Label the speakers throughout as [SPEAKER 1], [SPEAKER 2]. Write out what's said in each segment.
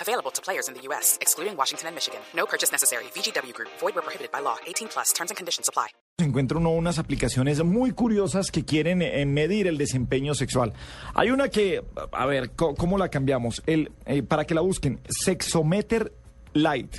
[SPEAKER 1] Available to players in the U.S., excluding Washington and Michigan. No purchase necessary. VGW Group, void were prohibited by law. 18 plus terms and conditions apply.
[SPEAKER 2] Encuentro uno unas aplicaciones muy curiosas que quieren eh, medir el desempeño sexual. Hay una que, a ver, co- ¿cómo la cambiamos? El, eh, para que la busquen, Sexometer Lite.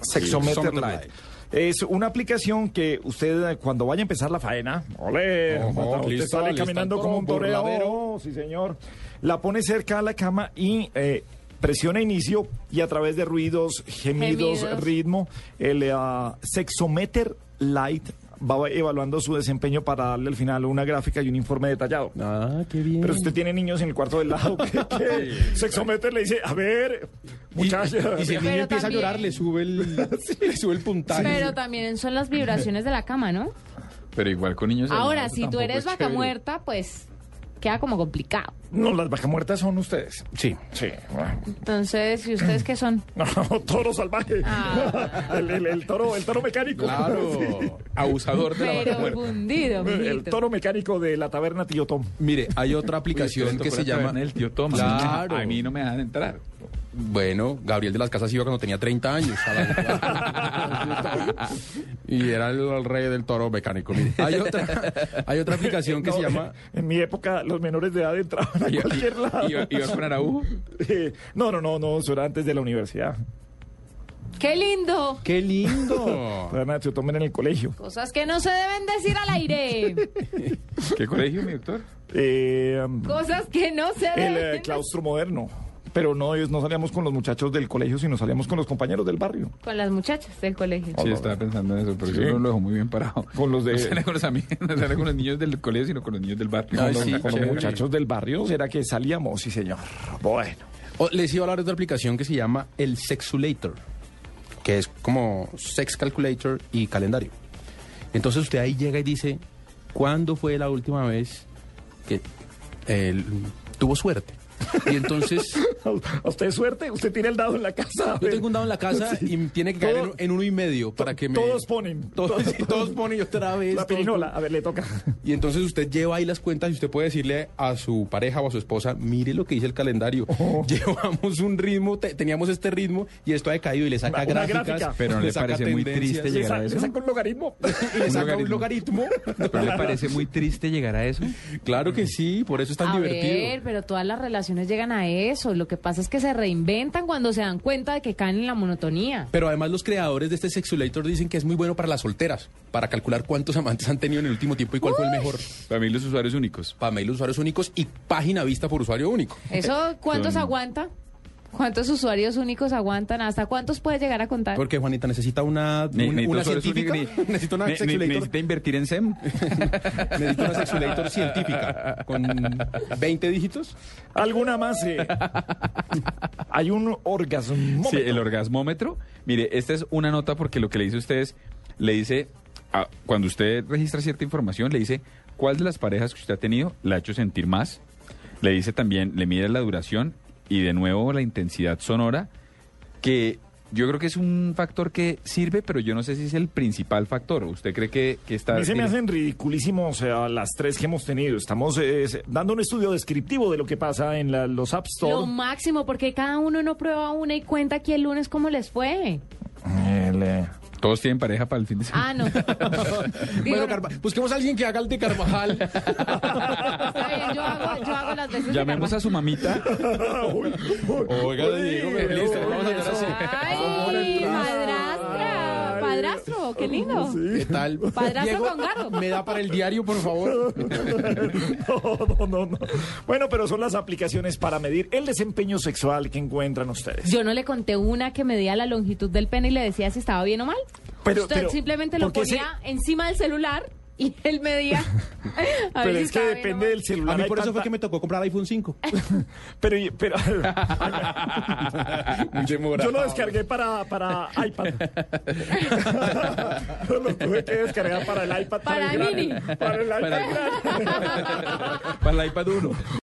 [SPEAKER 2] Sexometer Lite. Es una aplicación que usted eh, cuando vaya a empezar la faena, ole,
[SPEAKER 3] Ojo,
[SPEAKER 2] mata, usted
[SPEAKER 3] lista,
[SPEAKER 2] sale
[SPEAKER 3] lista,
[SPEAKER 2] caminando
[SPEAKER 3] todo
[SPEAKER 2] como un torero,
[SPEAKER 3] burladero.
[SPEAKER 2] sí señor, la pone cerca a la cama y eh, presiona inicio y a través de ruidos, gemidos,
[SPEAKER 4] Gemidos.
[SPEAKER 2] ritmo, el ah, Sexometer Lite va evaluando su desempeño para darle al final una gráfica y un informe detallado.
[SPEAKER 3] Ah, qué bien.
[SPEAKER 2] Pero usted tiene niños en el cuarto del lado. que que Sexometer le dice, a ver, muchacha.
[SPEAKER 3] y si el niño
[SPEAKER 4] Pero
[SPEAKER 3] empieza
[SPEAKER 4] también-
[SPEAKER 3] a llorar, le sube el, le sube el puntaje.
[SPEAKER 4] Pero también son las vibraciones de la cama, ¿no?
[SPEAKER 5] Pero igual con niños.
[SPEAKER 4] Ahora,
[SPEAKER 5] adultos
[SPEAKER 4] si tú
[SPEAKER 5] tampoco
[SPEAKER 4] eres
[SPEAKER 5] es
[SPEAKER 4] vaca
[SPEAKER 5] chévere.
[SPEAKER 4] muerta, pues queda como complicado.
[SPEAKER 2] No, las vacas muertas son ustedes.
[SPEAKER 3] Sí.
[SPEAKER 2] Sí.
[SPEAKER 4] Entonces, ¿y ustedes qué son?
[SPEAKER 2] No, toro salvaje. El, el- el toro, el toro mecánico.
[SPEAKER 3] Claro.
[SPEAKER 5] Abusador de la vaca
[SPEAKER 4] Pero
[SPEAKER 5] muerta.
[SPEAKER 4] fundido,
[SPEAKER 2] El
[SPEAKER 4] mijito.
[SPEAKER 2] toro mecánico de la taberna Tío Tom.
[SPEAKER 3] Mire, hay otra aplicación
[SPEAKER 5] Esto
[SPEAKER 3] que
[SPEAKER 5] fuera
[SPEAKER 3] se llama.
[SPEAKER 5] taberna del tío Tom.
[SPEAKER 3] Claro.
[SPEAKER 5] A mí no me dejan entrar.
[SPEAKER 3] Bueno, Gabriel de las Casas iba cuando tenía 30 años. a la- y era el, el rey del toro mecánico. Mire, hay otra, hay otra aplicación que se
[SPEAKER 2] No,
[SPEAKER 3] llama.
[SPEAKER 2] En mi época, los menores de edad entraban a
[SPEAKER 5] Iba-
[SPEAKER 2] cualquier lado.
[SPEAKER 5] iba- ¿Ibas con Araújo?
[SPEAKER 2] Eh, no, no, no, no, eso era antes de la universidad.
[SPEAKER 4] ¡Qué lindo!
[SPEAKER 3] ¡Qué lindo!
[SPEAKER 2] Taberna de Tío Tom era en el colegio.
[SPEAKER 4] Cosas que no se deben decir al aire.
[SPEAKER 5] ¿Qué colegio, mi doctor?
[SPEAKER 2] Eh,
[SPEAKER 4] Cosas que no se deben
[SPEAKER 2] el eh, claustro moderno. Pero no, es- no salíamos con los muchachos del colegio, sino salíamos con los compañeros del barrio.
[SPEAKER 4] con las muchachas del colegio.
[SPEAKER 5] Sí, estaba pensando en eso, pero
[SPEAKER 2] Sí.
[SPEAKER 5] yo lo dejo muy bien parado.
[SPEAKER 2] Con los de-
[SPEAKER 5] No sale con los amigos, no sale con los niños del colegio, sino con los niños del barrio. Con
[SPEAKER 3] Ay,
[SPEAKER 5] los-
[SPEAKER 3] sí,
[SPEAKER 5] con los
[SPEAKER 3] chévere.
[SPEAKER 5] muchachos.
[SPEAKER 2] Muchachos del barrio, ¿será que salíamos? Sí, señor. Bueno.
[SPEAKER 3] O- Oh, les iba a hablar de otra aplicación que se llama el Sexulator, que es como Sex Calculator y calendario. Entonces usted ahí llega y dice, ¿cuándo fue la última vez que eh, tuvo suerte? Y entonces
[SPEAKER 2] A usted suerte, usted tiene el dado en la casa.
[SPEAKER 3] yo tengo un dado en la casa y tiene que caer en,
[SPEAKER 2] Todo-
[SPEAKER 3] en uno y medio para que me...
[SPEAKER 2] todos ponen.
[SPEAKER 3] Todos, sí, todos ponen y otra vez.
[SPEAKER 2] La
[SPEAKER 3] todos
[SPEAKER 2] pirinola, a ver, le toca.
[SPEAKER 3] y entonces usted lleva ahí las cuentas y usted puede decirle a su pareja o a su esposa, mire lo que dice el calendario. Llevamos un ritmo, te- teníamos este ritmo y esto ha caído y le saca
[SPEAKER 2] Una- una
[SPEAKER 3] gráficas.
[SPEAKER 2] gráfica.
[SPEAKER 5] Pero ¿no le
[SPEAKER 3] saca
[SPEAKER 5] parece muy
[SPEAKER 3] tendencias.
[SPEAKER 5] triste
[SPEAKER 2] Le
[SPEAKER 5] llegar a
[SPEAKER 2] sa- le
[SPEAKER 5] eso?
[SPEAKER 2] saca un logaritmo.
[SPEAKER 3] Y le saca un logaritmo.
[SPEAKER 5] ¿Pero le parece muy triste llegar a eso?
[SPEAKER 3] claro que sí, por eso es tan
[SPEAKER 4] a
[SPEAKER 3] divertido.
[SPEAKER 4] ver, pero todas las relaciones llegan a eso. Lo que pasa es que se reinventan cuando se dan cuenta de que caen en la monotonía.
[SPEAKER 3] Pero además los creadores de este Sexulator dicen que es muy bueno para las solteras, para calcular cuántos amantes han tenido en el último tiempo y cuál fue el mejor.
[SPEAKER 5] Para mí los usuarios únicos.
[SPEAKER 3] Para mail usuarios únicos y página vista por usuario único.
[SPEAKER 2] Eh,
[SPEAKER 4] ¿Eso cuántos
[SPEAKER 5] Son-
[SPEAKER 4] aguanta? ¿Cuántos usuarios únicos aguantan? ¿Hasta cuántos puede llegar a contar?
[SPEAKER 3] Porque Juanita necesita una,
[SPEAKER 5] Ne-
[SPEAKER 3] una,
[SPEAKER 5] necesito
[SPEAKER 3] una
[SPEAKER 5] usuarios
[SPEAKER 3] científica.
[SPEAKER 5] únicos, ne-
[SPEAKER 3] necesita una
[SPEAKER 5] ne-
[SPEAKER 3] Sexulator.
[SPEAKER 5] necesita invertir en SEM.
[SPEAKER 3] Necesito una sexulator científica con 20 dígitos.
[SPEAKER 2] Alguna más. eh? Hay un orgasmo.
[SPEAKER 5] Sí, el orgasmómetro. Mire, esta es una nota porque lo que le dice a usted es, le dice, a- cuando usted registra cierta información, le dice cuál de las parejas que usted ha tenido la ha hecho sentir más. Le dice también, le mide la duración y de nuevo la intensidad sonora, que yo creo que es un factor que sirve, pero yo no sé si es el principal factor. ¿Usted cree que, que
[SPEAKER 2] A
[SPEAKER 5] está...
[SPEAKER 2] mí se me
[SPEAKER 5] tiene-
[SPEAKER 2] hacen ridiculísimos eh, las tres que hemos tenido. Estamos eh, se- dando un estudio descriptivo de lo que pasa en la- los App
[SPEAKER 4] Lo
[SPEAKER 2] Store.
[SPEAKER 4] máximo, porque cada uno no prueba una y cuenta aquí el lunes cómo les fue.
[SPEAKER 2] El, eh,
[SPEAKER 5] Todos tienen pareja para el fin de semana.
[SPEAKER 4] Ah, no. Digo,
[SPEAKER 3] Bueno,
[SPEAKER 4] no,
[SPEAKER 3] Carva- busquemos a alguien que haga el de Carvajal.
[SPEAKER 4] está bien, yo hago, yo hago las veces de
[SPEAKER 5] Llamemos a su mamita.
[SPEAKER 3] Oiga, Diego, me listo, lo vamos a hacer así.
[SPEAKER 4] Carvajal. Ay, padrastra. Padrastro, qué lindo.
[SPEAKER 3] ¿Qué tal?
[SPEAKER 4] Padrastro con gato.
[SPEAKER 3] ¿Me da para el diario, por favor?
[SPEAKER 2] no, no, no, no. Bueno, pero son las aplicaciones para medir el desempeño sexual que encuentran ustedes.
[SPEAKER 4] Yo no le conté una que medía la longitud del pene y le decía si estaba bien o mal.
[SPEAKER 2] Pero-
[SPEAKER 4] Usted
[SPEAKER 2] pero,
[SPEAKER 4] simplemente lo
[SPEAKER 2] ¿por qué
[SPEAKER 4] ponía encima del celular y él medía. a
[SPEAKER 2] Pero
[SPEAKER 4] ver si
[SPEAKER 2] es que
[SPEAKER 4] estaba bien o
[SPEAKER 2] depende
[SPEAKER 4] mal.
[SPEAKER 2] del celular.
[SPEAKER 3] A mí
[SPEAKER 2] hay
[SPEAKER 3] por eso fue
[SPEAKER 2] tanta-
[SPEAKER 3] que me tocó comprar iPhone 5.
[SPEAKER 2] Pero, pero...
[SPEAKER 5] Ah,
[SPEAKER 3] demorado.
[SPEAKER 2] Yo lo descargué para, para iPad. Yo lo tuve que descargar para el iPad.
[SPEAKER 4] Para
[SPEAKER 2] el grande,
[SPEAKER 4] mini.
[SPEAKER 2] Para el iPad. grande.
[SPEAKER 5] Para el iPad 1.